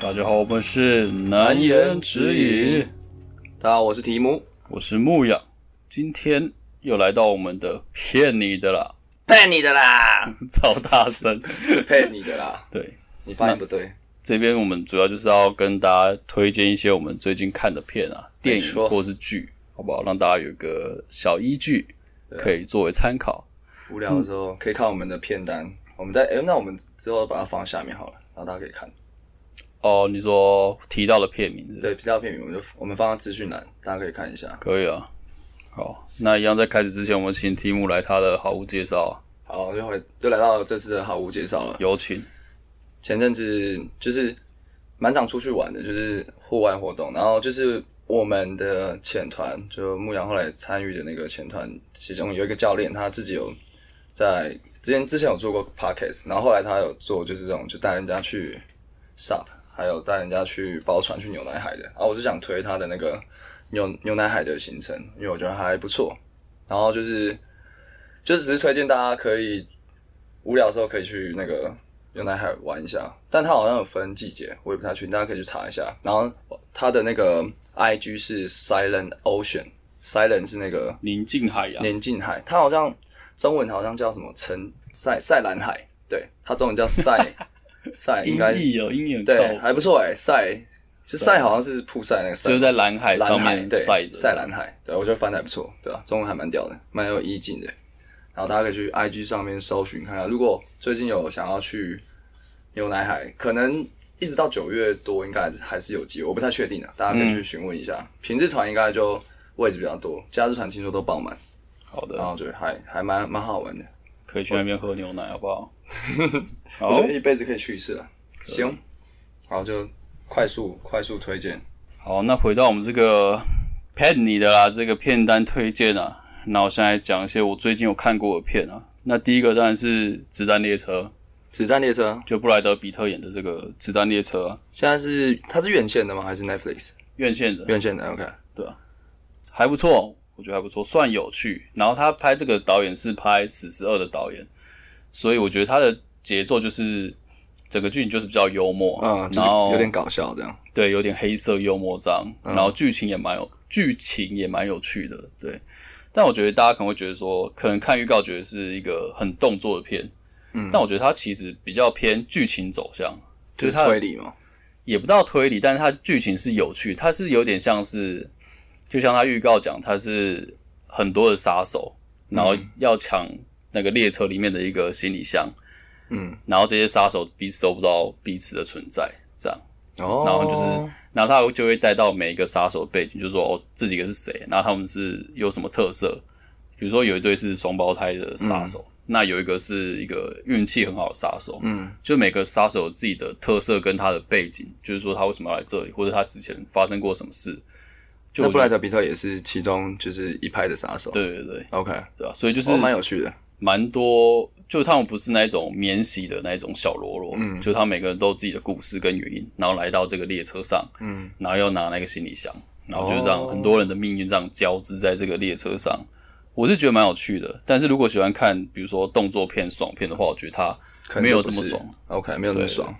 大家好，我们是难言之隐，大家好，我是提姆，我是牧羊，今天又来到我们的骗你的啦， 骗你的啦，超大声。是 骗你的啦， 对，你发音不对，这边我们主要就是要跟大家推荐一些我们最近看的片啊、电没影错或是剧，好不好？让大家有一个小依据可以作为参考。无聊的时候可以看我们的片单，我们在哎、那我们之后把它放下面好了，然后大家可以看。哦，你说提到的片名是不是对，比较片名我们就我们放在资讯栏，大家可以看一下。可以啊。好，那一样在开始之前，我们请提姆来他的好物介绍啊，好，又回又来到这次的好物介绍了。有请。前阵子就是蛮常出去玩的，就是户外活动，然后就是我们的潜团，就牧羊后来参与的那个潜团，其中有一个教练他自己有在之前之前有做过 podcast，然后后来他有做就是这种就带人家去 SUP，还有带人家去包船去牛奶海的，然后我是想推他的那个牛牛奶海的行程，因为我觉得还不错，然后就是就只是推荐大家可以无聊的时候可以去那个牛奶海玩一下，但它好像有分季节，我也不太确定，大家可以去查一下。然后它的那个 IG 是 Silent Ocean，Silent 是那个宁静海洋，宁静海，它好像中文好像叫什么陈塞塞兰海，对，它中文叫 塞塞，应音该译哦有音译很靠对，还不错哎、塞就塞好像是曝晒那就个塞是。在蓝海蓝上海面对晒着，晒蓝海，对我觉得翻的还不错，对啊吧、中文还蛮屌的，蛮有意境的。然后大家可以去 IG 上面搜寻看看，如果最近有想要去牛奶海，可能一直到九月多应该还是有机会，我不太确定啊，大家可嗯以去询问一下。平日团应该就位置比较多，假日团听说都爆满，好然的，后就还还蛮蛮好玩的，可以去那边喝牛奶，好不好？我好觉得一辈子可以去一次了。行，好就快速快速推荐，好，那回到我们这个 Penny 的啦，这个片单推荐啊，那我现在讲一些我最近有看过的片啊。那第一个当然是《子弹列车《子弹列车》，》，就布莱德比特演的这个《子弹列车、啊》，现在是它是院线的吗？还是 Netflix 院线的，院线的？OK，还不错，我觉得还不错，算有趣。然后他拍这个导演是拍《死侍二》的导演，所以我觉得他的节奏就是整个剧情就是比较幽默，啊嗯，就是然后有点搞笑这样。对，有点黑色幽默这样，然后剧情也蛮有，剧情也蛮有趣的，对。但我觉得大家可能会觉得说，可能看预告觉得是一个很动作的片，嗯，但我觉得它其实比较偏剧情走向，就就是是它推理嘛。也不到推理，但是它剧情是有趣，它是有点像是，就像它预告讲，它是很多的杀手，然后要抢那个列车里面的一个行李箱，嗯，然后这些杀手彼此都不知道彼此的存在，这样。哦然后就是，然后他就会带到每一个杀手背景，就说哦这几个是谁，然后他们是有什么特色。比如说有一对是双胞胎的杀手，那有一个是一个运气很好的杀手，嗯，就每个杀手有自己的特色跟他的背景，就是说他为什么要来这里，或者他之前发生过什么事。就那我布觉莱得德比特也是其中就是一派的杀手。对对对，OK，对啊，所以就是哦，蛮有趣的。蛮多，就他们不是那种免洗的那种小喽啰，嗯，就他每个人都有自己的故事跟原因，然后来到这个列车上，嗯，然后要拿那个行李箱，然后就这样，哦很多人的命运这样交织在这个列车上，我是觉得蛮有趣的。但是如果喜欢看比如说动作片、爽片的话，我觉得它可能没有这就不么是爽， OK，没有那么爽，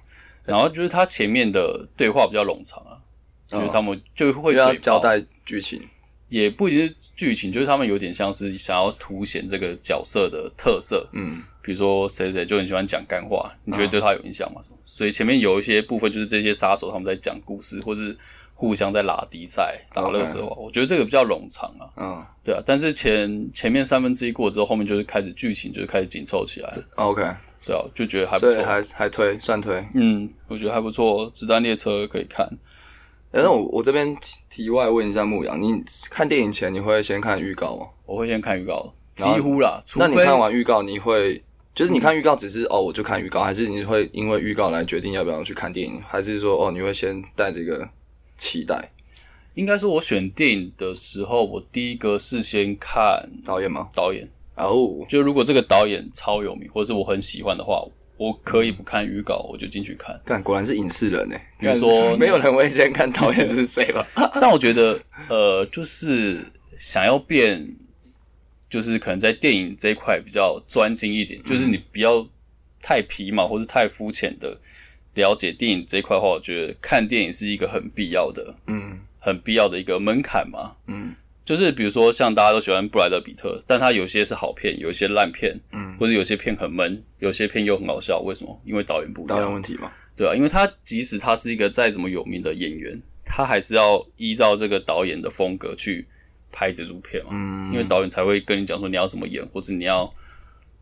然后就是它前面的对话比较冗长啊，就是他们就会因为要嘴交炮，代剧情。也不一定是剧情，就是他们有点像是想要凸显这个角色的特色，嗯，比如说谁谁就很喜欢讲干话，你觉得对他有影响吗？什么？所以前面有一些部分就是这些杀手他们在讲故事，或是互相在拉低赛、拉热色话，我觉得这个比较冗长啊，嗯对啊。但是前前面三分之一过之后，后面就是开始剧情就是开始紧凑起来， ，OK，对啊，就觉得还不所以错。还还推算推。嗯，我觉得还不错，《子弹列车》可以看。哎，那我我这边题题外问一下牧羊，你看电影前你会先看预告吗？我会先看预告，几后乎啦，除那你非看完预告，你会就是你看预告只是哦，我就看预告，还是你会因为预告来决定要不要去看电影，还是说哦，你会先带着一个期待应该说，我选电影的时候，我第一个是先看导演吗？导演。哦，就如果这个导演超有名，或者是我很喜欢的话，我可以不看预告，我就进去看。干，果然是影视人呢、比如说干 没有人会先看导演是谁吧？ 但我觉得，呃，就是想要变，就是可能在电影这一块了解电影这一块的话，我觉得看电影是一个很必要的，嗯很必要的一个门槛嘛。嗯，就是比如说像大家都喜欢布莱德比特，但他有些是好片，有些烂片，嗯，或者有些片很闷，有些片又很好笑。为什么？因为导演不一导演样，问题嘛，对啊，因为他即使他是一个再怎么有名的演员，他还是要依照这个导演的风格去拍这部片嘛。嗯因为导演才会跟你讲说你要怎么演，或是你要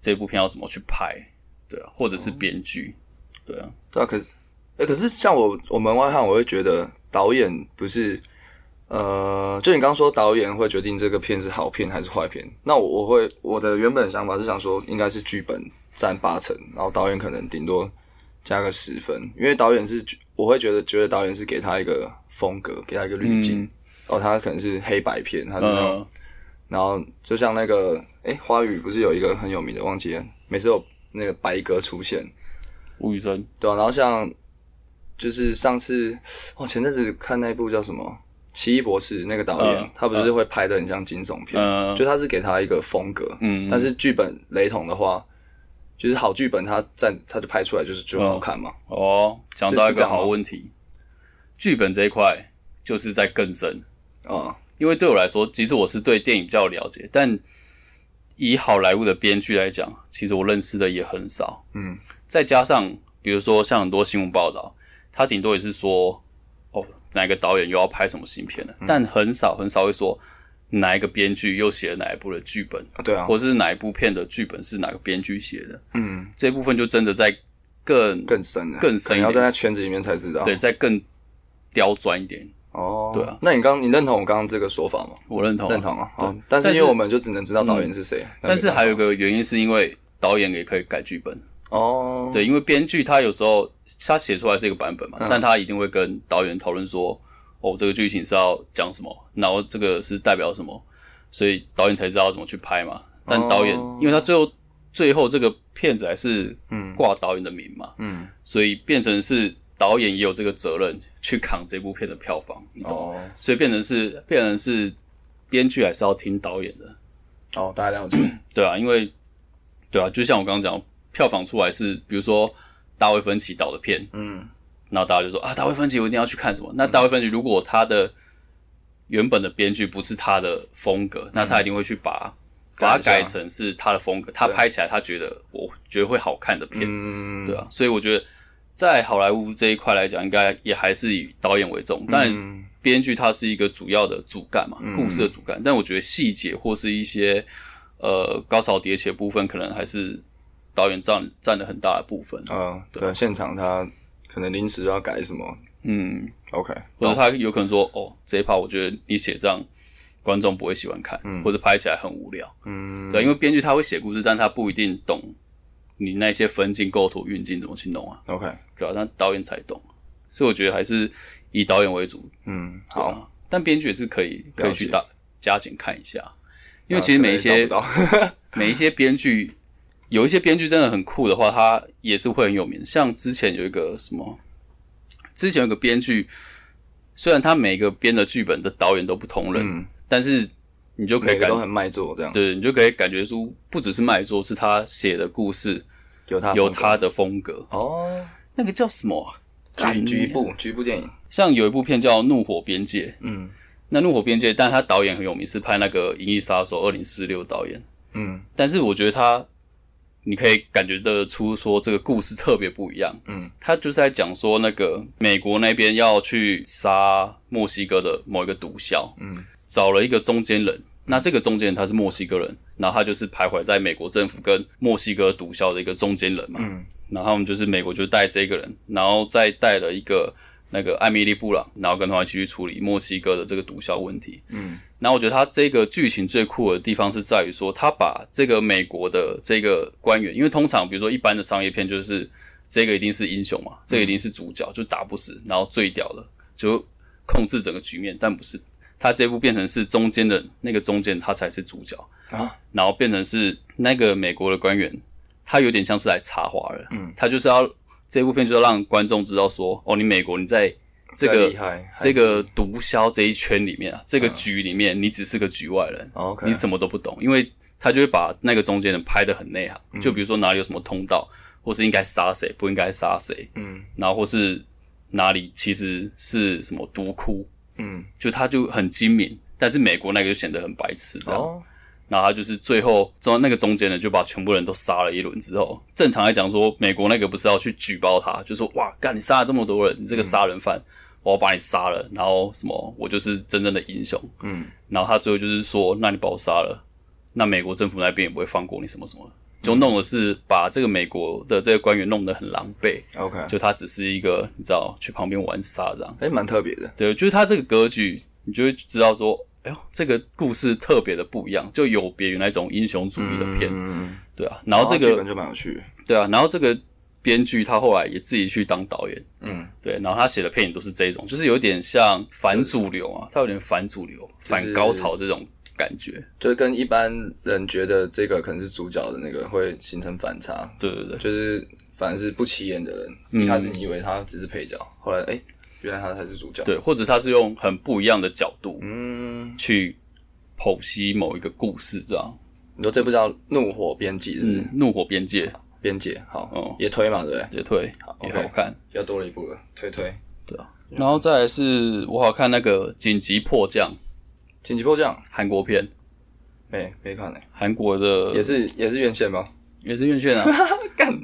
这部片要怎么去拍，对啊，或者哦是编剧，对啊，对啊，可是，哎、可是像我我门外汉，我会觉得导演不是，呃，就你刚刚说导演会决定这个片是好片还是坏片，那我我会我的原本的想法是想说，应该是剧本占八成，然后导演可能顶多加个十分，因为导演是我会觉得觉得导演是给他一个风格，给他一个滤镜，嗯哦，他可能是黑白片，他是那种嗯，然后就像那个，哎、花语不是有一个很有名的，忘记了，每次有那个白鸽出现。吴宇森，对啊，然后像就是上次哦，前阵子看那部叫什么《奇异博士》，那个导演、嗯他不是会拍的很像惊悚片，嗯就他是给他一个风格，嗯但是剧本雷同的话，就是好剧本他在他就拍出来就是就好看嘛，哦，讲到一是个这样吗好问题，剧本这一块就是在更深，啊、因为对我来说，即使我是对电影比较了解，但以好莱坞的编剧来讲，其实我认识的也很少。嗯，再加上比如说像很多新闻报道，他顶多也是说哦哪一个导演又要拍什么新片嗯了，但很少很少会说哪一个编剧又写了哪一部的剧本，啊对啊，或是哪一部片的剧本是哪个编剧写的。嗯，这部分就真的在更更深了，更深一点你要在那圈子里面才知道，对，在更刁钻一点。哦，对啊，那你刚你认同我刚刚这个说法吗？我认同啊，认同啊，哦，但是但因是嗯为我们就只能知道导演是谁，但是没办法还有一个原因是因为导演也可以改剧本。哦，对，因为编剧他有时候他写出来是一个版本嘛，嗯但他一定会跟导演讨论说，哦，这个剧情是要讲什么，然后这个是代表什么，所以导演才知道怎么去拍嘛。但导演，哦因为他最后最后这个片子还是挂导演的名嘛，嗯，所以变成是导演也有这个责任去扛这部片的票房，你懂吗？哦所以变成是变成是编剧还是要听导演的，哦，大家 了解，对啊，因为对啊，就像我刚刚讲，票房出来是比如说大卫芬奇导的片，嗯，然后大家就说啊，大卫芬奇我一定要去看什么？那大卫芬奇如果他的原本的编剧不是他的风格，那他一定会去把把它嗯改改一下成是他的风格，他拍起来他觉得我觉得会好看的片，嗯，对啊，所以我觉得在好莱坞这一块来讲，应该也还是以导演为重，嗯但编剧它是一个主要的主干嘛，故事的主干。但我觉得细节或是一些呃高潮迭起的部分，可能还是导演占占了很大的部分。嗯，对，现场他可能临时要改什么嗯， ，OK，或者他有可能说，哦，这一趴我觉得你写这样。观众不会喜欢看，或者拍起来很无聊，嗯，对啊，因为编剧他会写故事，但他不一定懂你那些分镜、构图、运镜怎么去弄啊。 ，OK，对啊，但导演才懂，所以我觉得还是以导演为主。嗯，对啊好，，但编剧也是可以解可以去大加减看一下，因为其实每一那些可能也找不到每一些编剧，有一些编剧真的很酷的话，他也是会很有名。像之前有一个什么，之前有一个编剧，虽然他每个编的剧本的导演都不同人，嗯但是你就可 每以个感都很卖座，这样对，你就可以感觉出不只是卖座，是他写的故事有他有风格他的风格。哦，那个叫什么啊？局干局你部局部电影，像有一部片叫《怒火边界》，嗯那《怒火边界》，但他导演很有名，是拍那个《银翼杀手二零四六》导演。嗯但是我觉得他，你可以感觉得出说这个故事特别不一样。嗯，他就是在讲说那个美国那边要去杀墨西哥的某一个毒枭，嗯，找了一个中间人。那这个中间人他是墨西哥人，然后他就是徘徊在美国政府跟墨西哥毒枭的一个中间人嘛。嗯，然后我们就是美国就带这个人，然后再带了一个那个艾米丽布朗，然后跟他一起去处理墨西哥的这个毒枭问题。嗯，然后我觉得他这个剧情最酷的地方是在于说，他把这个美国的这个官员，因为通常比如说一般的商业片就是这个一定是英雄嘛，这个一定是主角，就打不死，然后最屌的就控制整个局面，但不是他这部变成是中间的那个中间他才是主角啊，然后变成是那个美国的官员，他有点像是来插话了，嗯，他就是要这部片就是要让观众知道说，哦，你美国你在这再个厉害还是嗯这个毒枭这一圈里面啊，这个局里面，你只是个局外人，啊哦，OK，嗯你什么都不懂，因为他就会把那个中间人拍得很内行。就比如说哪里有什么通道，或是应该杀谁，不应该杀谁，嗯然后或是哪里其实是什么毒窟，嗯，就他就很精明，但是美国那个就显得很白痴这样。哦，然后他就是最后中那个中间呢，就把全部人都杀了一轮之后，正常来讲说，美国那个不是要去举报他，就说哇，干你杀了这么多人，你这个杀人犯，我要把你杀了，然后什么，我就是真正的英雄。嗯，然后他最后就是说，那你把我杀了，那美国政府那边也不会放过你什么什么，就弄的是把这个美国的这个官员弄得很狼狈， OK，就他只是一个你知道去旁边玩沙这样。哎，蛮特别的，对，就是他这个格局，你就会知道说，哎呦，这个故事特别的不一样，就有别于那种英雄主义的片，嗯，对啊。然后这剧个本就蛮有趣的，对啊，然后这个编剧他后来也自己去当导演，嗯，对，然后他写的片也都是这一种，就是有点像反主流啊，他有点反主流、反高潮这种感觉。就是跟一般人觉得这个可能是主角的那个会形成反差，对对对，就是反而是不起眼的人，嗯一开始你以为他只是配角，后来哎，原来他才是主角，对，或者他是用很不一样的角度嗯，去剖析某一个故事，这样。你说这部叫《怒火边界》是不是？嗯，怒火边界边界好，哦也推嘛，对不对？也退也 OK 好看。又多了一部了，推推《然后再来是我好看那个《紧急迫降》紧急迫降》韩国片，没没看呢，韩国的也是也是院线吗？也是院线啊，干，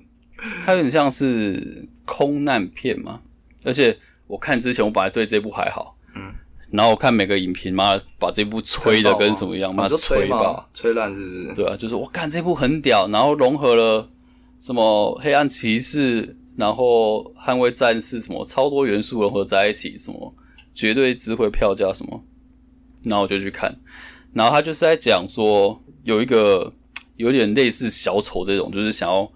它有点像是空难片嘛。而且我看之前我本来对这部还好，嗯，然后我看每个影评妈把这部吹的跟什么一样，妈啊哦你说吹爆，嘛，吹烂是不是？对啊，就是我看这部很屌，然后融合了什么黑暗骑士，然后捍卫战士什么超多元素融合在一起，什么绝对值回票价什么，然后我就去看，然后他就是在讲说有一个有点类似小丑这种，就是想要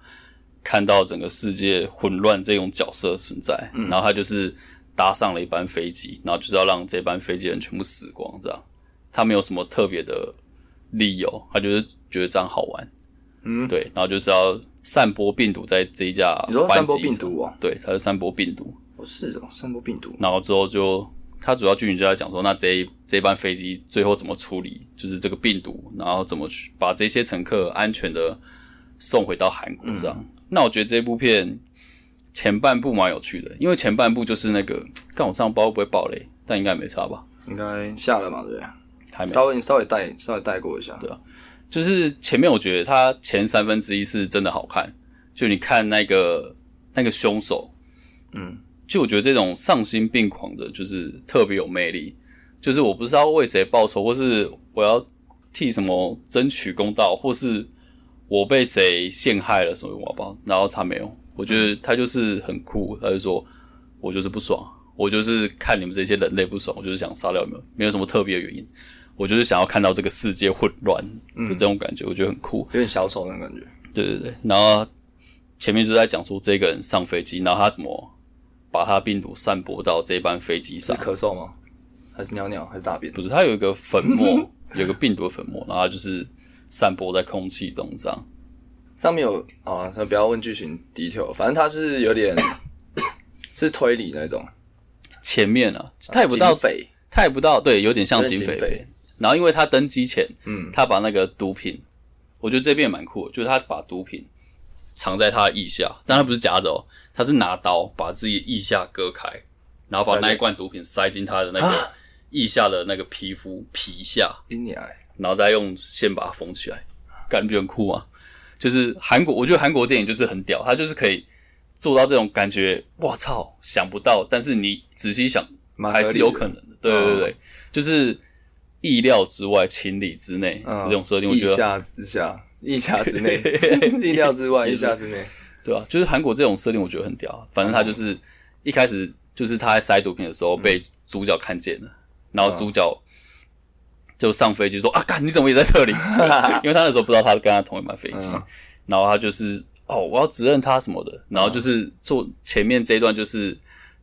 看到整个世界混乱这种角色存在，嗯然后他就是搭上了一班飞机，然后就是要让这班飞机的人全部死光这样，他没有什么特别的理由，他就是觉得这样好玩，嗯对，然后就是要散播病毒在这一架你说班散播机病上，毒哦，对，他是散播病毒，哦是哦，散播病毒，然后之后就他主要剧情就在讲说，那这一这班飞机最后怎么处理，就是这个病毒，然后怎么去把这些乘客安全的送回到韩国这样。那我觉得这部片前半部蛮有趣的，因为前半部就是那个，看我这样包会不会爆雷，但应该没差吧？应该下了嘛，对不对？还没，稍微稍微带稍微带过一下，对啊就是前面我觉得它前三分之一是真的好看，就你看那个那个凶手，嗯，就我觉得这种丧心病狂的，就是特别有魅力。就是我不知道为谁报仇，或是我要替什么争取公道，或是我被谁陷害了什么我吧，然后他没有，我觉得他就是很酷，他就说我就是不爽，我就是看你们这些人类不爽，我就是想杀掉你们，没有什么特别的原因，我就是想要看到这个世界混乱的这种感觉，我觉得很酷。有点小丑那种感觉，对对对，然后前面就在讲说这个人上飞机，然后他怎么把他病毒散播到这班飞机是上？咳嗽吗？还是尿尿？还是大便？不是，他有一个粉末，有个病毒的粉末，然后他就是散播在空气中这样。上面有啊，那不要问剧情 detail，反正它是有点是推理那种，前面啊，他也不到警，匪，他也不到，对，有点像有点警警匪匪片。然后因为他登机前，嗯，他把那个毒品，我觉得这边也蛮酷的，就是他把毒品藏在他的腋下，但他不是夹着哦，他是拿刀把自己的腋下割开，然后把塞进啊那一罐毒品塞进他的那个腋下的那个皮肤皮下，你娘欸然后再用线把它缝起来，感觉很酷啊。就是韩国，我觉得韩国电影就是很屌，它就是可以做到这种感觉。我操，想不到，但是你仔细想，蛮合啊还理的是有可能的。对对对对，就是意料之外，情理之内、这种设定，我觉意得嗯下之下，意下之 内，意料之外，意下之内。对啊，就是韩国这种设定，我觉得很屌啊。反正他就是、一开始就是他在塞毒品的时候被主角看见了，然后主角就上飞机说：“啊，干，你怎么也在这里？”因为他那时候不知道他跟他同一班飞机，然后他就是哦，我要指认他什么的，然后就是做前面这一段就是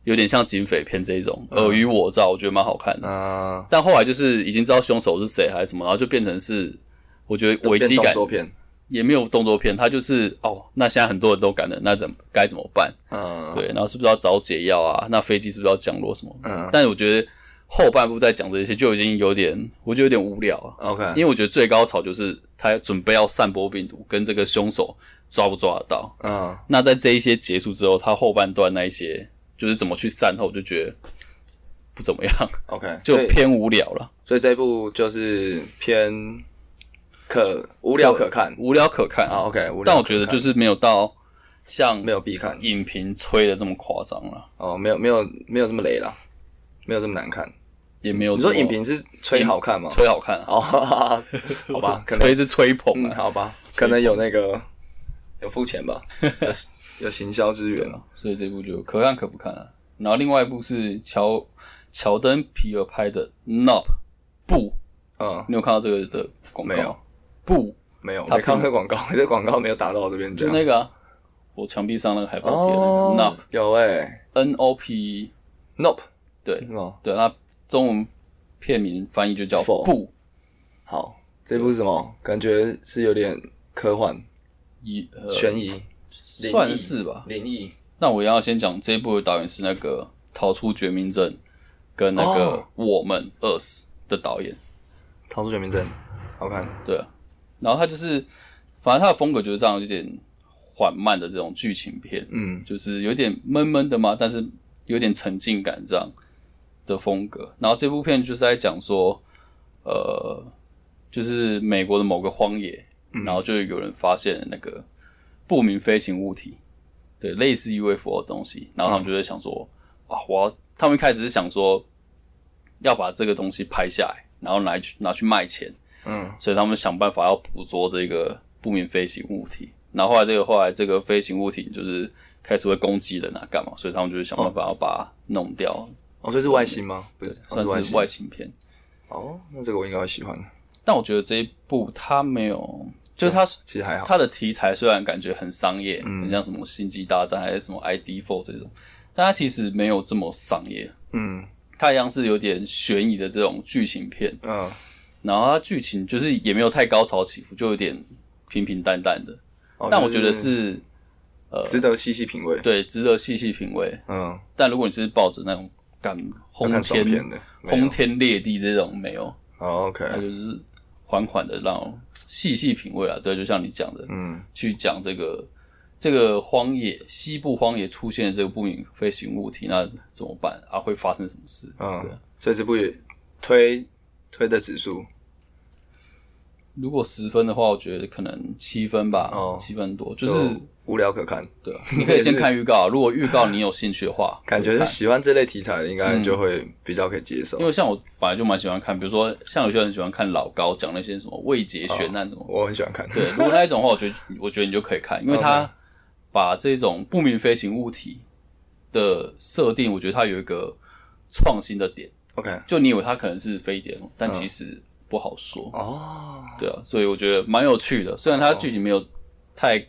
有点像警匪片这一种尔虞我诈，我觉得蛮好看的。嗯，但后来就是已经知道凶手是谁还是什么，然后就变成是我觉得危机变动感作片，也没有动作片，他就是哦，那现在很多人都感染，那怎么该怎么办？嗯，对，然后是不是要找解药啊？那飞机是不是要降落什么？嗯但是我觉得后半部在讲这些就已经有点，我觉得有点无聊啊。 ，OK，因为我觉得最高潮就是他准备要散播病毒，跟这个凶手抓不抓得到。嗯那在这一些结束之后，他后半段那一些就是怎么去善后，我就觉得不怎么样， ，OK，就所以偏无聊了，所以这一部就是偏可无聊可看无聊可看啊。OK，无聊可看但我觉得就是没有到像没有必看影评吹的这么夸张啊了，哦，没有没有没有这么雷啦，没有这么难看。也没有你说这么影评是吹好看吗？吹好看啊，哦，哈哈哈 好吧，啊可能吹是吹捧嗯，啊，好吧，可能有那个有付 钱吧，有有行销资源啊了。所以这部就可看可不看啊。然后另外一部是乔乔登皮尔拍的《Nope》不，嗯，你有看到这个的广告？没有，不，没有，他没看到这广告， 这广告没有打到我这边。就这样那个啊，我墙壁上那个海报贴的哦那个有哎 Nope，N O P E。 ，Nope，对是吗？对，那中文片名翻译就叫否不好，这部是什么？感觉是有点科幻、一呃，悬疑，灵异算是吧。灵异。那我要先讲这一部的导演是那个《逃出绝命镇》跟那个哦《我们 Us》的导演，逃出绝命镇，好看。对啊。然后他就是，反正他的风格就是这样，有点缓慢的这种剧情片，嗯，就是有点闷闷的嘛，但是有点沉浸感这样的风格。然后这部片就是在讲说，呃，就是美国的某个荒野，然后就有人发现了那个不明飞行物体，对，类似 UFO 的东西，然后他们就在想说，啊，我要，他们一开始是想说要把这个东西拍下来，然后拿去拿去卖钱，嗯，所以他们想办法要捕捉这个不明飞行物体。然后后来这个后来这个飞行物体就是开始会攻击人啊，干嘛？所以他们就是想办法要把它弄掉，哦，这是外星吗？不是，哦算是星外星片。哦，那这个我应该会喜欢。但我觉得这一部它没有，就是它其实还好。嗯它的题材虽然感觉很商业，很像什么《星际大战》还是什么《ID Four》这种，但它其实没有这么商业。嗯它一样是有点悬疑的这种剧情片，嗯，然后它剧情就是也没有太高潮起伏，就有点平平淡淡的。哦但我觉得就是是呃值得细细品味。对值得细细品味。嗯，但如果你是抱着那种干要轰看爽片天的。没有轰天裂地这种没有，哦它，OK，就是缓缓的让我细细品味啊。对，就像你讲的，嗯，去讲这个这个荒野西部荒野出现的这个不明飞行物体，那怎么办啊？会发生什么事？对啊嗯，所以这部也推推的指数，如果十分的话，我觉得可能七分吧，哦七分多，就是无聊可看，对啊，你可以先看预告，如果预告你有兴趣的话，感可以觉看喜欢这类题材的应该就会比较可以接受因。为像我本来就蛮喜欢看，比如说像有些人喜欢看老高讲那些什么未解哦悬案什么，我很喜欢看，对，如果那一种的话，我觉得我觉得你就可以看，因为他把这种不明飞行物体的设定，我觉得它有一个创新的点， ，OK，就你以为它可能是飞碟，但嗯其实不好说，哦，对啊，所以我觉得蛮有趣的，虽然它剧情没有太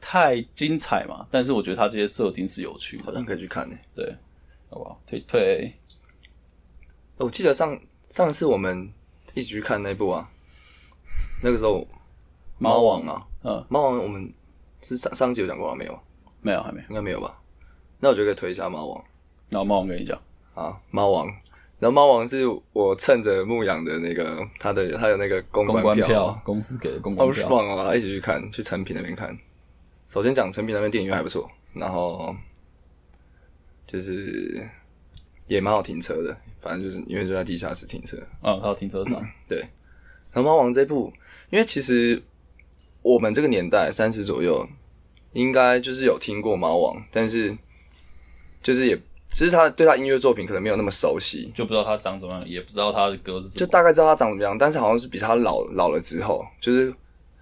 太精彩嘛，但是我觉得它这些设定是有趣好的，像可以去看呢。对，好不好？推推我记得上上次我们一起去看那部啊，那个时候猫王啊，嗯，猫王我们是上上集有讲过了没有？没有还没有，应该没有吧？那我就可以推一下猫王。那我慢慢跟你讲。啊，猫王。然后猫王是我趁着牧羊的那个他的他的那个公公关关票，票，公司给的公关好票，爽啊！一起去看，去成品那边看。首先讲成品那边电影院还不错，然后就是也蛮好停车的，反正就是因为就在地下室停车。嗯，还有停 车场，然后猫王这部，因为其实我们这个年代三十左右，应该就是有听过猫王，但是就是也只是他对他音乐作品可能没有那么熟悉，就不知道他长怎么样，也不知道他的歌是就怎么，大概知道他长什么样，但是好像是比他老老了之后，就是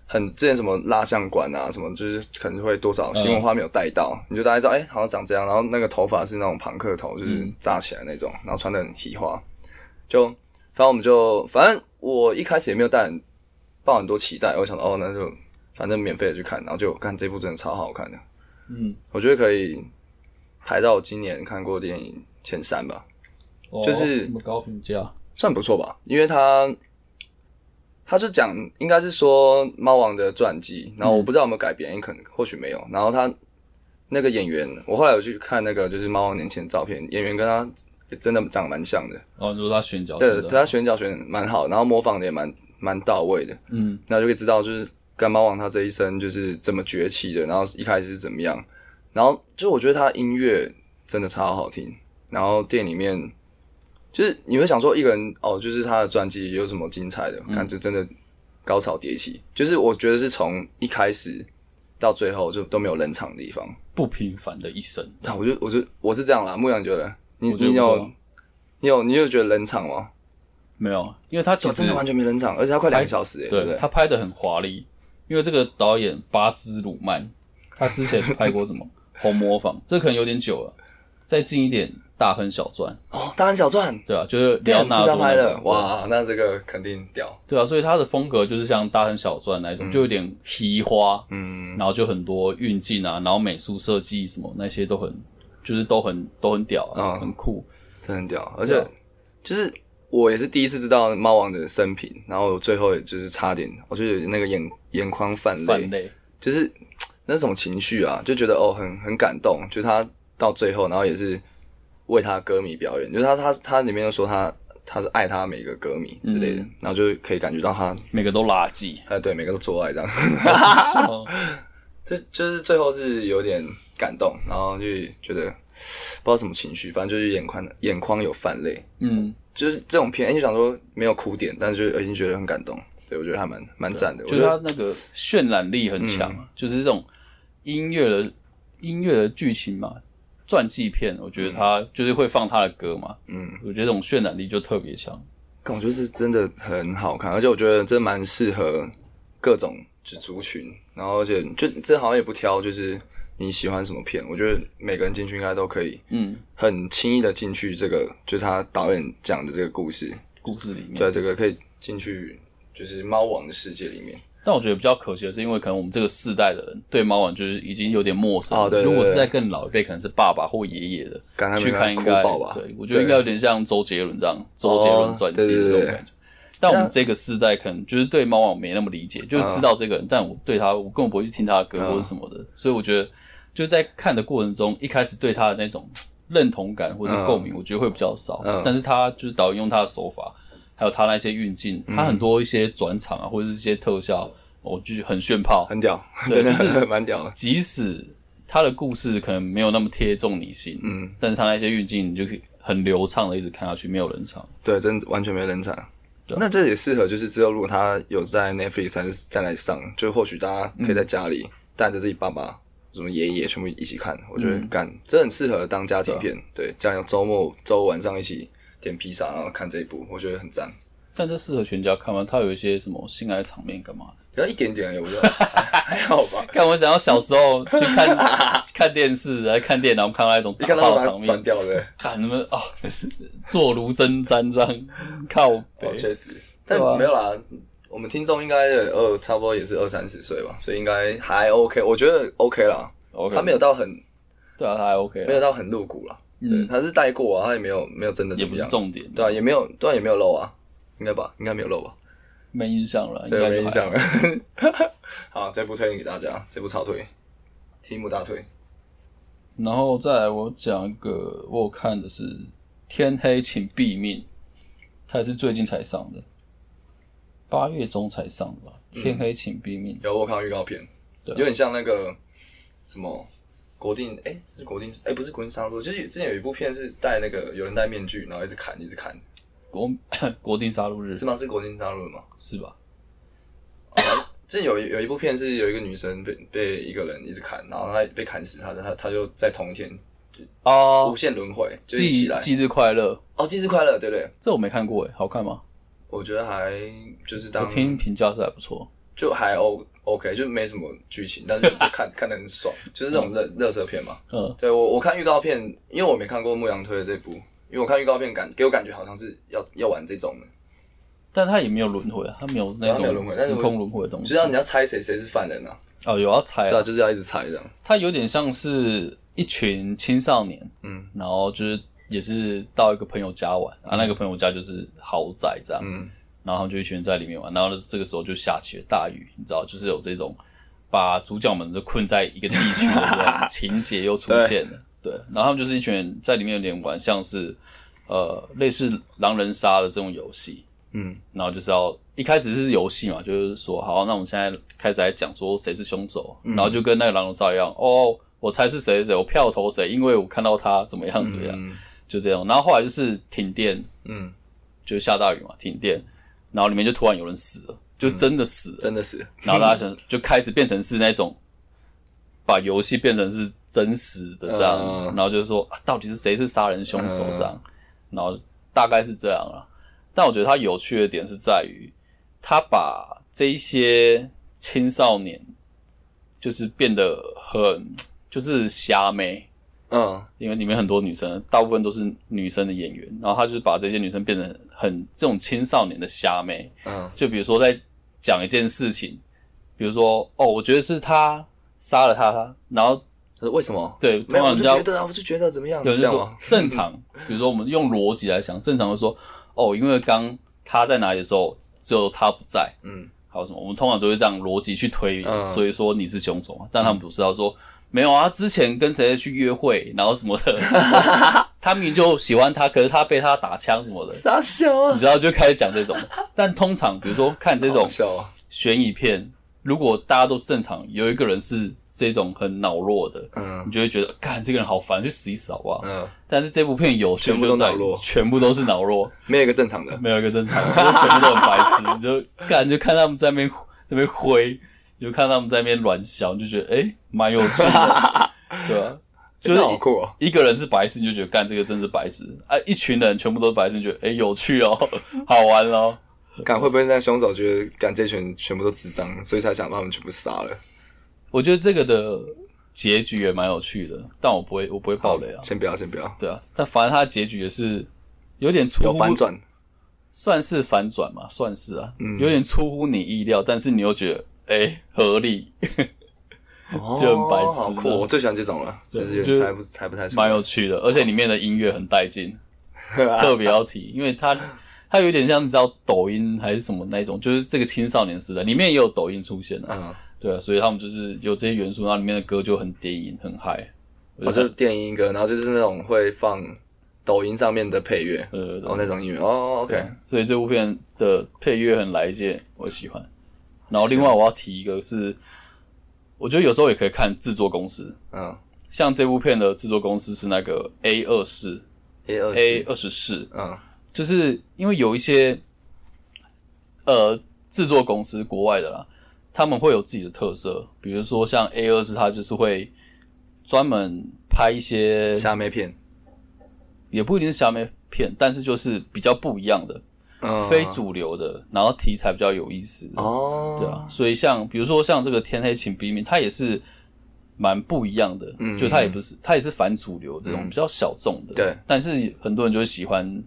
很之前什么蜡像馆啊，什么就是可能会多少新闻画面有带到，你就大概知道，哎、好像长这样，然后那个头发是那种朋克头，就是炸起来那种，然后穿的很嘻哈，就反正我们就反正我一开始也没有带很抱很多期待，我想说哦，那就反正免费的去看，然后就看这部真的超好看的，嗯，我觉得可以排到我今年看过的电影前三吧，哦就是这么高评价，算不错吧，因为他他是讲应该是说猫王的传记，然后我不知道有没有改编，可能或许没有。然后他那个演员，我后来有去看那个就是猫王年前的照片，演员跟他也真的长得蛮像的，哦，你说他选角，对，不他选角选得蛮好，然后模仿的也蛮蛮到位的，嗯，然后就可以知道就是干妈王他这一生就是怎么崛起的，然后一开始是怎么样，然后就我觉得他音乐真的超好听，然后店里面就是你会想说一个人哦，就是他的传记有什么精彩的，嗯看就真的高潮迭起，就是我觉得是从一开始到最后就都没有冷场的地方，不平凡的一生。那我就我就我是这样啦，牧羊觉得我你觉得你不错有啊你有你有觉得冷场吗？没有，啊因为他其我实哦真的完全没冷场，而且他快两个小时耶，对不对对？他拍的很华丽，因为这个导演巴兹鲁曼，他之前拍过什 么《红模仿》，这可能有点久了，再近一点《大亨小传》，哦，大亨小传，对啊，就是电辽影纳是他多拍那的种，哇，那这个肯定屌，对啊，所以他的风格就是像《大亨小传》那一种，就有点嘻花，嗯，然后就很多运镜啊，然后美术设计什么那些都很，就是都很都很屌、啊，嗯很酷。真的很屌，而对且啊就是我也是第一次知道猫王的生平，然后我最后也就是差点，我就有那个眼眼眶泛范泪，类，就是那种情绪啊，就觉得哦很很感动，就他到最后，然后也是为他歌迷表演，就是他他他里面就说他他是爱他每个歌迷之类的，然后就可以感觉到他每个都垃圾，哎对每个都做爱这样。啊哦这就是最后是有点感动，然后就觉得不知道什么情绪，反正就是眼眶眼眶有泛泪，嗯，就是这种片，哎、就想说没有哭点，但是就已经觉得很感动。对，我觉得还蛮蛮赞的。我就觉是他得那个渲染力很强、嗯啊，就是这种音乐的音乐的剧情嘛，传记片，我嗯觉得他就是会放他的歌嘛，嗯，我觉得这种渲染力就特别强。干我觉得是真的很好看，而且我觉得这蛮适合各种就族群，然后而且就这好像也不挑，就是你喜欢什么片，我觉得每个人进去应该都可以嗯，很轻易的进去这个，就是他导演讲的这个故事，故事里面，对，这个可以进去就是猫王的世界里面。但我觉得比较可惜的是，因为可能我们这个世代的人对猫王就是已经有点陌生了。哦对对如果对是在更老一辈，可能是爸爸或爷爷的刚才没去看，应哭该爆吧？对，我觉得应该有点像周杰伦这样，周杰伦传记对对这对种感觉。但我们这个世代可能就是对猫王没那么理解，就是嗯知道这个人，但我对他，我根本不会去听他的歌或者什么的。所以我觉得就是在看的过程中，一开始对他的那种认同感或者是共鸣，我觉得会比较少。嗯但是他就是导演用他的手法，还有他那些运镜，嗯他很多一些转场啊，或者是一些特效，我就是很炫炮。很屌，对 真的就是蛮屌的。即使他的故事可能没有那么贴中你心，嗯，但是他那些运镜你就可以很流畅的一直看下去，没有人场。对，真的完全没冷场。对那这也适合，就是之后如果他有在 Netflix 还是再来上，就或许大家可以在家里带着自己爸爸、什么爷爷全部一起看，我觉得干、这很适合当家庭片。嗯对，啊这样有周末周五晚上一起点披萨，然后看这一部，我觉得很赞。但这适合全家看吗？他有一些什么性爱场面干嘛的？可能一点点而已，我觉得 还好 吧。看我想要小时候去 看看电视，来看电脑，看到那种一打看到炮把场它转面，掉的，看你们啊， 坐如针毡这样靠哦，北。确实，但哎对啊没有啦。我们听众应该也二差不多也是二三十岁吧，所以应该还 OK，我觉得 OK 啦。 OK，哦他没有到很对啊，他还 OK，啊嗯没有到很露骨啦，对，他是带过啊，他也没有没有真的也怎不么是样，重点，对啊，也没有对啊，也没有漏啊，应该吧，应该没有漏吧，没印象了，应对，该没就还印象了。 好，这部推荐给大家，这部超推，题目大推，然后再来我讲一个，我有看的是《天黑请闭命》，它也是最近才上的，八月中才上的吧，嗯《天黑请闭命》有我看到预告片，对啊有点像那个什么国定，哎、是国定，哎、不是国定杀戮，就是之前有一部片是戴那个有人戴面具，然后一直砍，一直砍，国 国定杀戮日是吗？是国定杀戮吗？是吧？之前有有一部片是有一个女生被被一个人一直砍，然后她被砍死她，她她她就在同一天哦无，限轮回，就一起忌来。忌日快乐，哦，忌日快乐，对不对，这我没看过欸诶，好看吗？我觉得还就是我当听评价是还不错，就还 O OK，就没什么剧情，但是就看 看得很爽，就是这种热热色片嘛。嗯，对我我看预告片，因为我没看过牧羊推的这部，因为我看预告片感给我感觉好像是要要玩这种的，但它也没有轮回啊，它没有那哦它没有种轮回但是时我空轮回的东就是西。要你要猜谁谁是犯人啊，哦，有要猜对啊，啊，就是要一直猜这样。它有点像是一群青少年，嗯，然后就是也是到一个朋友家玩啊，那个朋友家就是豪宅这样，嗯，然后他们就一群人在里面玩，然后这个时候就下起了大雨，你知道，就是有这种把主角们都困在一个地区的这种情节又出现了。对，然后他们就是一群人在里面有点玩，像是呃类似狼人杀的这种游戏，嗯，然后就是要一开始是游戏嘛，就是说好，那我们现在开始来讲说谁是凶手，嗯然后就跟那个狼人杀一样，哦，我猜是谁谁谁，我票投谁，因为我看到他怎么样怎么样，嗯就这样。然后后来就是停电，嗯，就是下大雨嘛，停电，然后里面就突然有人死了，嗯就真的死了，真的是，然后大家想就开始变成是那种把游戏变成是真实的这样，嗯然后就是说、啊到底是谁是杀人凶手这样，然后大概是这样了。但我觉得它有趣的点是在于，他把这一些青少年就是变得很就是瞎妹，嗯因为里面很多女生，大部分都是女生的演员，然后他就是把这些女生变得很这种青少年的虾妹，嗯就比如说在讲一件事情，比如说哦，我觉得是他杀了他，然后可是为什么？对，没通有，常我人就家觉得啊，我就觉得怎么样，有人这就样说吗？正常， 比如说我们用逻辑来想，正常会说哦，因为刚他在哪里的时候只有他不在，嗯，还有什么，我们通常都会这样逻辑去推，嗯所以说你是凶手嘛，但他们不是，他说。没有啊，之前跟谁去约会，然后什么 的，他明明就喜欢他，可是他被他打枪什么的，傻笑啊你，知道就开始讲这种。但通常比如说看这种好笑啊，悬疑片，如果大家都是正常，有一个人是这种很恼弱的，嗯你就会觉得，干这个人好烦，去死一死好不好？嗯，但是这部片有趣全部就都在恼于弱全部都是恼弱，没有一个正常的，没有一个正常，的，就全部都很白痴。 你就干就看他们在那边在那边挥，你就看他们在那边乱笑，你就觉得诶蛮、有趣 的，对啊，就真是哎的好酷哦，一个人是白痴，你就觉得干这个真是白痴啊！一群人全部都是白痴，你觉得诶、有趣哦，好玩哦。敢会不会那凶手觉得敢这群全部都智障，所以才想把他们全部杀了？我觉得这个的结局也蛮有趣的，但我不会我不会爆雷啊。先不要，先不要，对啊，但反正它的结局也是有点出有乎反转，算是反转嘛，算是啊，嗯有点出乎你意料，但是你又觉得哎、诶合 理，就很白哦痴啊好酷哦，我最喜欢这种了，就是有就是点猜不猜不太出 来，蛮有趣的，而且里面的音乐很带劲，啊特别要提，因为它它有点像你知道抖音还是什么那一种，就是这个青少年时代里面也有抖音出现啊，嗯，对啊，所以他们就是有这些元素，然后里面的歌就很电影很嗨，我就电音歌，然后就是那种会放抖音上面的配乐，对对然对后那种音乐，哦对，OK，所以这部片的配乐很来劲，我喜欢。然后另外我要提一个是，我觉得有时候也可以看制作公司，嗯像这部片的制作公司是那个 A 二四，A 二 A 十，二十四，嗯就是因为有一些呃制作公司国外的啦，他们会有自己的特色，比如说像 A 二四，它就是会专门拍一些虾妹片，也不一定是虾妹片，但是就是比较不一样的、嗯，非主流的，然后题材比较有意思。哦，对啊，所以像比如说像这个《天黑请闭眼》，它也是蛮不一样的，就它也不是它也是反主流这种、比较小众的，嗯对。但是很多人就会喜欢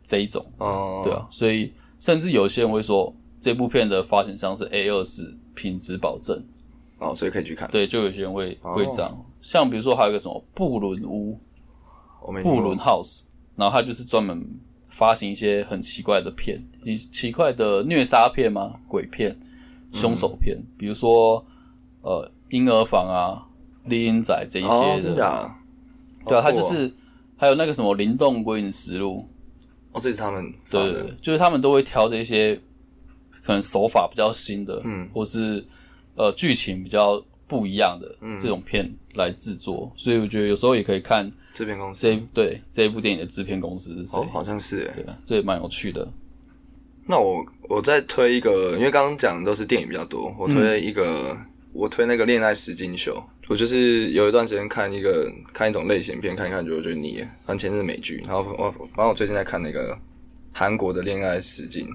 这一种，哦，对啊，所以甚至有些人会说这部片的发行商是 A 二四，品质保证，哦，所以可以去看，对，就有些人会、哦会这样。像比如说还有一个什么布伦屋我没听过布伦 House，然后它就是专门发行一些很奇怪的片，一奇怪的虐杀片吗？鬼片、嗯凶手片，比如说呃婴儿房啊、丽婴仔这一哦，些真的，的假的，对啊，好它酷就哦是还有那个什么《灵动归隐实录哦，这是他们》，发对对的对，就是他们都会挑这些可能手法比较新的，嗯，或是呃剧情比较不一样的嗯这种片来制作，所以我觉得有时候也可以看这边公司，这一对这一部电影的制片公司是谁。嗯哦，好像是耶，对啊，这也蛮有趣的。那我我再推一个，因为刚刚讲的都是电影比较多，我推一个，我推那个《恋爱十金秀》，我就是有一段时间看一个看一种类型片，看一看就我觉得腻了，反正前阵子美剧，然后我反正我最近在看那个韩国的《恋爱十金》，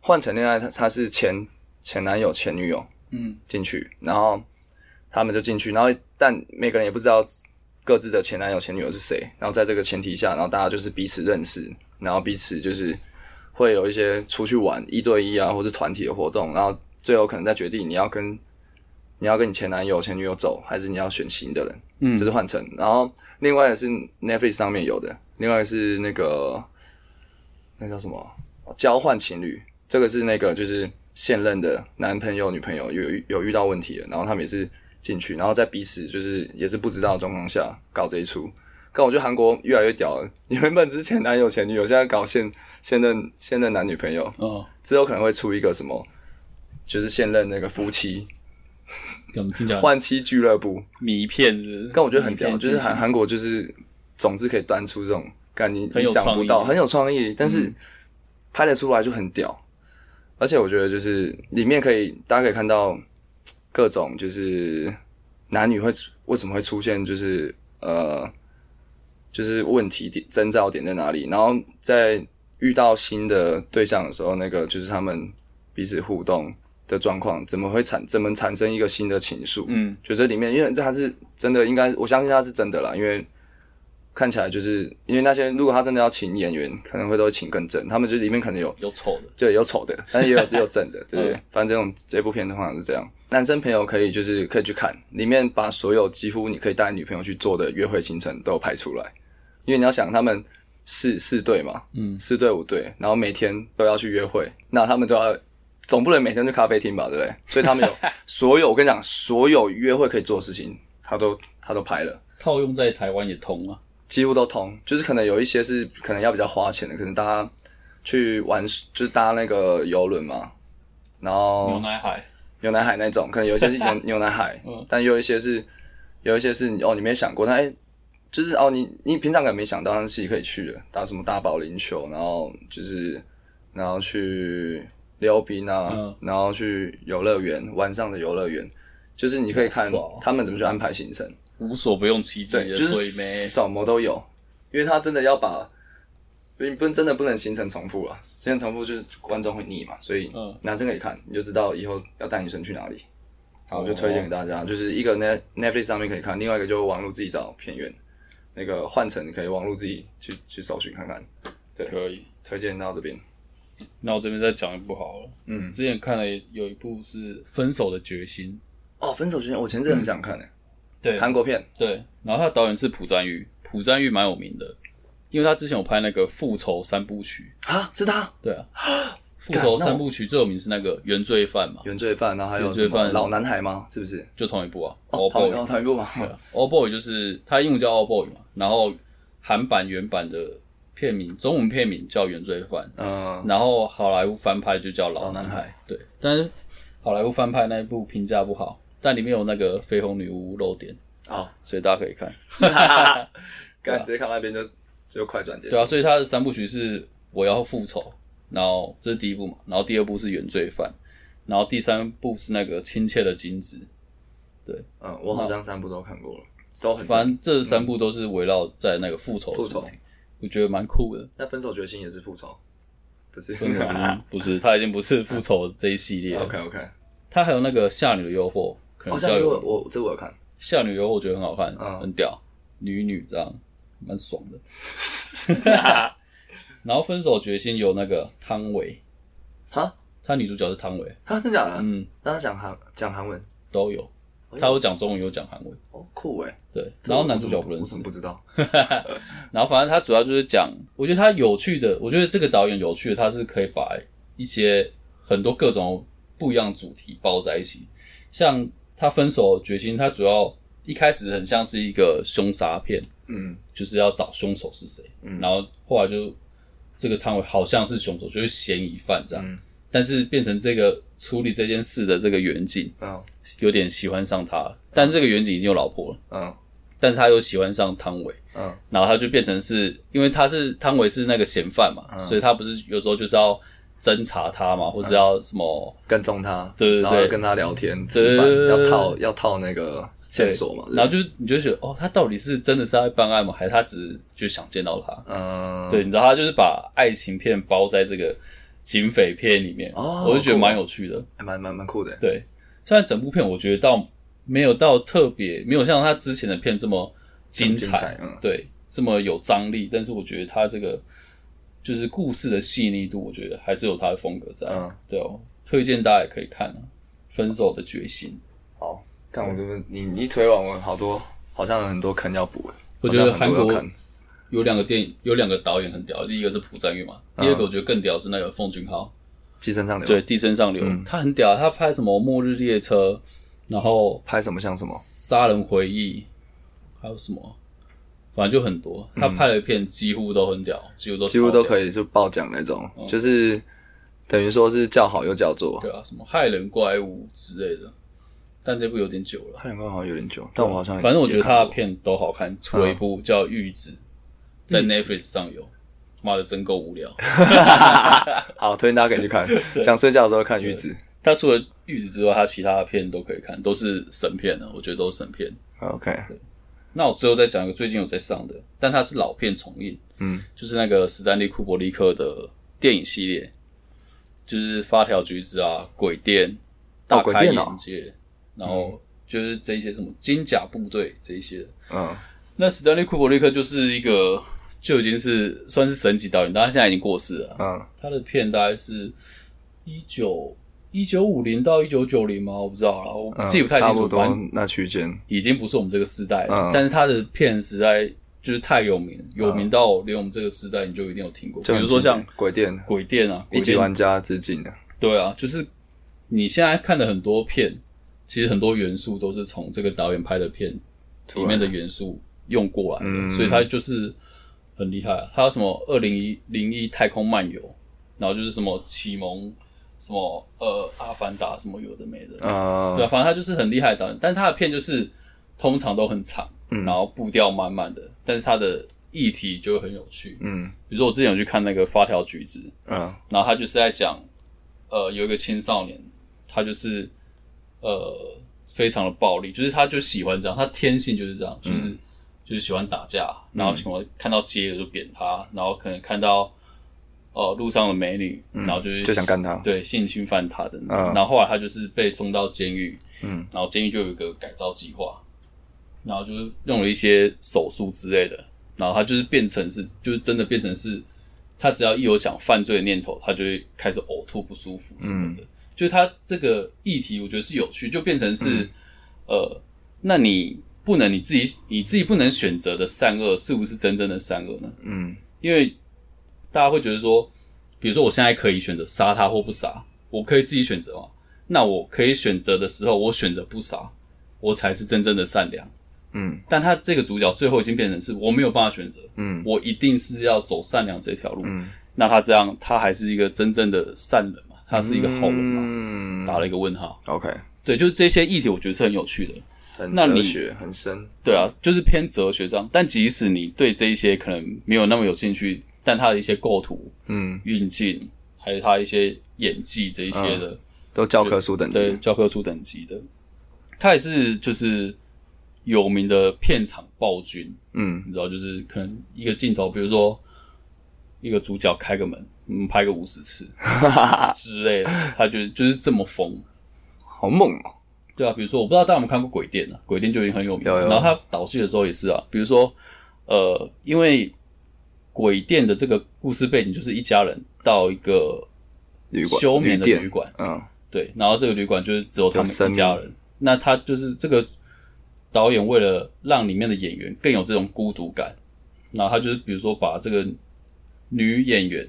换成恋爱，他他是前前男友前女友，嗯，进去，然后他们就进去，然后但每个人也不知道各自的前男友前女友是谁，然后在这个前提下，然后大家就是彼此认识，然后彼此就是会有一些出去玩一对一啊，或是团体的活动，然后最后可能再决定你要跟你要跟你前男友前女友走，还是你要选新的人，嗯这是换乘。然后另外是 Netflix 上面有的，另外是那个那叫什么交换情侣，这个是那个就是现任的男朋友女朋友有有遇到问题了，然后他们也是进去，然后在彼此就是也是不知道的状况下搞这一出，但我觉得韩国越来越屌了。你原本之前男友前女友，现在搞现现任现任男女朋友，嗯，之后可能会出一个什么，就是现任那个夫妻怎么听起来换妻俱乐部。迷片是不是但我觉得很屌，迷片就是韩剧情韩国就是总之可以端出这种干你很你有想创不意嗯到，很有创意，但是拍得出来就很屌。而且我觉得就是里面可以大家可以看到各种就是男女会为什么会出现就是呃就是问题点征兆点在哪里，然后在遇到新的对象的时候，那个就是他们彼此互动的状况，怎么会产怎么产生一个新的情愫？嗯，就这里面，因为这还是真的，应该我相信他是真的啦，因为看起来就是因为那些如果他真的要请演员，可能会都请更正，他们就里面可能有有丑的，对，有丑的，但是也有也有正的，对不对？反正这种这部片的话是这样，男生朋友可以就是可以去看，里面把所有几乎你可以带女朋友去做的约会行程都有排出来，因为你要想他们四四对嘛，嗯，四对五对，然后每天都要去约会，那他们都要总不能每天去咖啡厅吧，对不对？所以他们有所有我跟你讲，所有约会可以做的事情，他都他都排了。套用在台湾也通啊。几乎都通，就是可能有一些是可能要比较花钱的，可能大家去玩就是搭那个游轮嘛，然牛后奶海，牛奶海那种，可能有一些是牛 牛奶海，嗯但也有一些是有一些是哦你没想过，但哎、就是哦你你平常可能没想到，但是自己可以去的，打什么大保龄球，然后就是然后去溜冰啊，嗯然后去游乐园，晚上的游乐园，就是你可以看好爽哦他们怎么去安排行程。无所不用其极对，的，就是所以没什么都有，因为他真的要把，你不真的不能形成重复啊，形成重复就是观众会腻嘛，所以嗯男生可以看，你就知道以后要带女生去哪里。好，哦我就推荐给大家，就是一个 Net Netflix 上面可以看，另外一个就是网络自己找片源，那个换成可以网络自己去去搜寻看看，可以。推荐到这边。那我这边再讲一部好了，嗯，之前看了有一部是《分手的决心哦，分手学院，我前阵子很想看诶、》，欸对韩国片，对，然后他的导演是朴赞玉，朴赞玉蛮有名的，因为他之前有拍那个《复仇三部曲啊，是他》，对啊， 《复仇三部曲》最有名是那个《原罪犯》嘛，原罪犯，然后还有原什罪么犯老男孩吗？是不是？就同一部啊，哦， All 唐 Boy 哦，唐一部吗？ All Boy 就是它英文叫 All Boy 嘛，然后韩版原版的片名中文片名叫《原罪犯》，嗯，然后好莱坞翻拍就叫《老老男男孩孩》，对，但是好莱坞翻拍那一部评价不好，但里面有那个绯红女巫露点，哦，所以大家可以看。干直接看那边就就快转结束。啊对啊，所以他的三部曲是我要复仇，然后这是第一部嘛，然后第二部是原罪犯，然后第三部是那个亲切的金子，嗯，我好像三部都看过了，都很反正正。这三部都是围绕在那个复仇的复仇主题，我觉得蛮酷的。那分手决心也是复仇，不是 嗯不是，他已经不是复仇这一系列了， ？OK 哦 OK，他还有那个夏女的诱惑，可能好比较像因为有我这我有看，夏女优，我觉得很好看，嗯很屌，女女这样，蛮爽 的。然后分手决心有那个汤唯，哈，她女主角是汤唯，啊，真假的？嗯，那他讲韩讲韩文，都有，哎呦她有讲中文，有讲韩文，哦，酷哎。对。这然我后男主角我怎不么认我怎识么，不知道？然后反正他主要就是讲，我觉得他有趣的，我觉得这个导演有趣的，他是可以把一些很多各种不一样的主题包在一起。像他分手决心，他主要一开始很像是一个凶杀片，嗯，就是要找凶手是谁，然后后来就这个汤唯好像是凶手，就是嫌疑犯这样，嗯但是变成这个处理这件事的这个远景嗯有点喜欢上他了，但是这个远景已经有老婆了，嗯但是他又喜欢上汤唯，嗯，然后他就变成是因为他是汤唯是那个嫌犯嘛，嗯所以他不是有时候就是要侦查他嘛，或是要什么。跟踪他，对对然后对跟他聊天，吃对饭，对对要对套要套那个线索嘛。然后就就你就觉得哦，他到底是真的是在办案吗？还是他只是就想见到他？嗯，对，你知道他就是把爱情片包在这个警匪片里面，哦我就觉得酷蛮有趣的。还蛮蛮蛮酷的。对，虽然整部片我觉得到没有到特别，没有像他之前的片这么精这彩，么精彩嗯对，这么有张力，但是我觉得他这个就是故事的细腻度，我觉得还是有他的风格在。嗯对哦，推荐大家也可以看啊，《分手的决心》，好，看我这边，你你一推完我好多，好像有很多坑要补。欸我觉得好像很多韩国要看有两个电影，有两个导演很屌，第一个是朴赞玉嘛，第二个我觉得更屌是那个奉俊昊。嗯寄生上流，对，地身上流，他很屌，啊他拍什么《末日列车》，然后拍什么像什么《杀人回忆》，还有什么？反正就很多。他拍的片几乎都很屌，几乎都嗯几乎都以。可以就爆奖那种，就是等于说是叫好又叫座。对啊，什么害人怪物之类的，但这部有点久了。汉阳光好像有点久，但我好像反正我觉得他的也看过片都好看，除了一部叫《嗯玉子》，在 Netflix 上有。妈的，真够无聊。 好，推荐大家可以去看。想睡觉的时候看《玉子他除了《玉子》之外，他其他的片都可以看，都是神片啊的，我觉得都是神片。》。 OK，那我最后再讲一个最近有在上的，但它是老片重映，嗯，就是那个史丹利库伯利克的电影系列，就是《发条橘子》啊，《鬼店》，大鬼开店眼哦界，然后就是这一些什么金甲部队这一些的。嗯，那史丹利库伯利克就是一个就已经是算是神级导演，但他现在已经过世了。嗯，他的片大概是一九一九五零到一九九零吗？我不知道了，我嗯记不太差清不楚，反正多那区间。已经不是我们这个时代了，嗯但是他的片实在就是太有名，有名到连我们这个时代你就一定有听过，比就很如说像经典鬼店鬼店啊，一鬼级店玩家致敬的，对啊，就是你现在看的很多片，其实很多元素都是从这个导演拍的片里面的元素用过来的，嗯所以他就是很厉害、啊。还有什么二零一零一太空漫游，然后就是什么启蒙，什么呃阿凡达，什么有的没的，对呃，啊，反正他就是很厉害的导演，但是他的片就是通常都很长，然后步调慢慢的，但是他的议题就会很有趣。嗯比如说我之前有去看那个《发条橘子》，嗯然后他就是在讲，呃，有一个青少年，他就是呃非常的暴力，就是他就喜欢这样，他天性就是这样，就是、嗯就是喜欢打架，然后什么看到街的就扁他，然后可能看到呃路上的美女，然后就是嗯就想干他对性侵犯他的，嗯然后后来他就是被送到监狱，嗯，然后监狱就有一个改造计划，然后就是用了一些手术之类的，然后他就是变成是，就是真的变成是，他只要一有想犯罪的念头，他就会开始呕吐不舒服什嗯么的。就是他这个议题，我觉得是有趣，就变成是，嗯呃，那你不能你自己你自己不能选择的善恶，是不是真正的善恶呢？嗯因为大家会觉得说，比如说我现在可以选择杀他或不杀，我可以自己选择嘛。那我可以选择的时候，我选择不杀，我才是真正的善良。嗯但他这个主角最后已经变成是我没有办法选择，嗯我一定是要走善良这条路。嗯那他这样，他还是一个真正的善人嘛？他是一个好人啊嘛？嗯打了一个问号。 ，OK，对，就是这些议题，我觉得是很有趣的。很那你哲学很深，对啊，就是偏哲学上。但即使你对这一些可能没有那么有兴趣，但他的一些构图、嗯，运镜，还有他一些演技这一些嗯的，都教科书等级对，教科书等级的，他也是就是有名的片场暴君，嗯你知道，就是可能一个镜头，比如说一个主角开个门，嗯，拍个五十 次之类的，他就就是这么疯。好猛哦、对啊，比如说我不知道大家有没有看过《鬼店》啊，《鬼店》就已经很有名了。有有然后他导戏的时候也是啊，比如说呃，因为《鬼店》的这个故事背景就是一家人到一个旅馆、休眠旅的店，旅馆，嗯，对，然后这个旅馆就是只有他有们生一命家人。那他就是这个导演为了让里面的演员更有这种孤独感，然后他就是比如说把这个女演员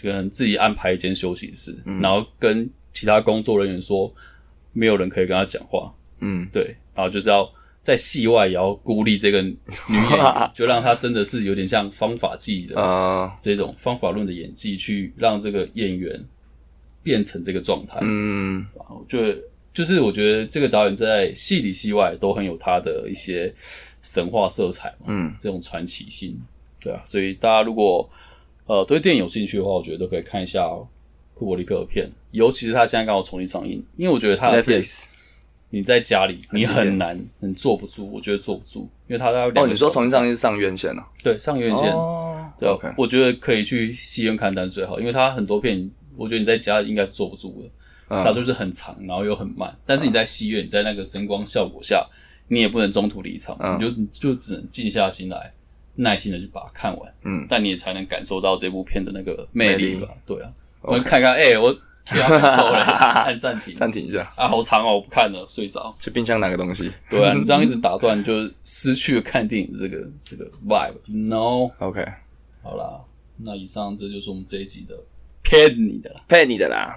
可能自己安排一间休息室，嗯然后跟其他工作人员说没有人可以跟他讲话，嗯，对，然后就是要。在戏外也要孤立这个女演 员，就让她真的是有点像方法记的呃，这种方法论的演技，去让这个演员变成这个状态。嗯，我觉得哦就是我觉得这个导演在戏里戏外都很有他的一些神话色彩嘛，嗯，这种传奇性，对啊，所以大家如果呃对电影有兴趣的话，我觉得都可以看一下库伯利克的片，尤其是他现在刚好重新上映，因为我觉得他的片 Netflix 你在家里你经典很难很坐不住，我觉得坐不住，因为他大概两哦，个你说小时重新上映是上院线了、对上院线，哦，对啊 OK 我觉得可以去戏院看单最好，因为它很多片，我觉得你在家应该是坐不住的，嗯它就是很长，然后又很慢。但是你在戏院，你在那个声光效果下，你也不能中途离场，嗯你就你就只能静下心来，耐心的去把它看完。嗯，但你也才能感受到这部片的那个魅力魅力吧？对啊，我们看看，哎、我天啊，很 瘦了，按暂停，暂停一下，啊，好长哦，我不看了，睡着。去冰箱拿个东西对啊，你这样一直打断，就失去了看电影这个这个 vibe。No。 ，OK，好啦，那以上这就是我们这一集的骗你的啦。配你的啦。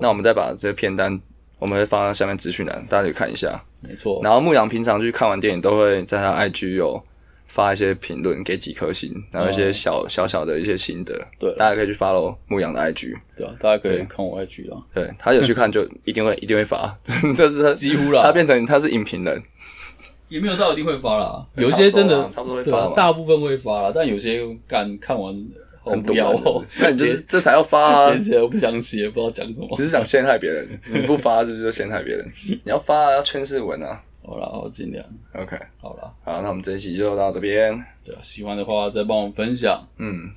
那我们再把这片单，我们会放在下面资讯栏，大家去看一下。没错，然后牧羊平常去看完电影都会在他 IG 有发一些评论，给几颗星，然后一些小、小小的一些心得。哦对大家可以去 follow 牧羊的 IG，对啊，大家可以看我 IG 啊，对他有去看就一定会一定会发， 这是他几乎啦他变成他是影评人，也没有到一定会发啦，有一些真啊差不多的啦差不多会对发啊嘛，大部分会发啦，但有些干看完 好很不毒要啊哦，那你就是这才要发啊连！写都不想写，不知道讲什么 你。是想陷害别人，你不发是不是就陷害别人？你要发啊，要圈世文啊。好啦，我尽量 OK，好啦。好，那我们这一期就到这边。对啊，喜欢的话再帮我们分享，嗯，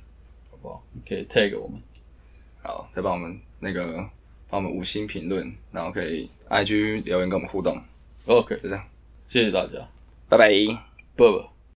好不好？可以 tag 我们。好，再帮我们那个帮我们五星评论，然后可以 IG 留言跟我们互动， OK，就这样，谢谢大家，拜拜。不不。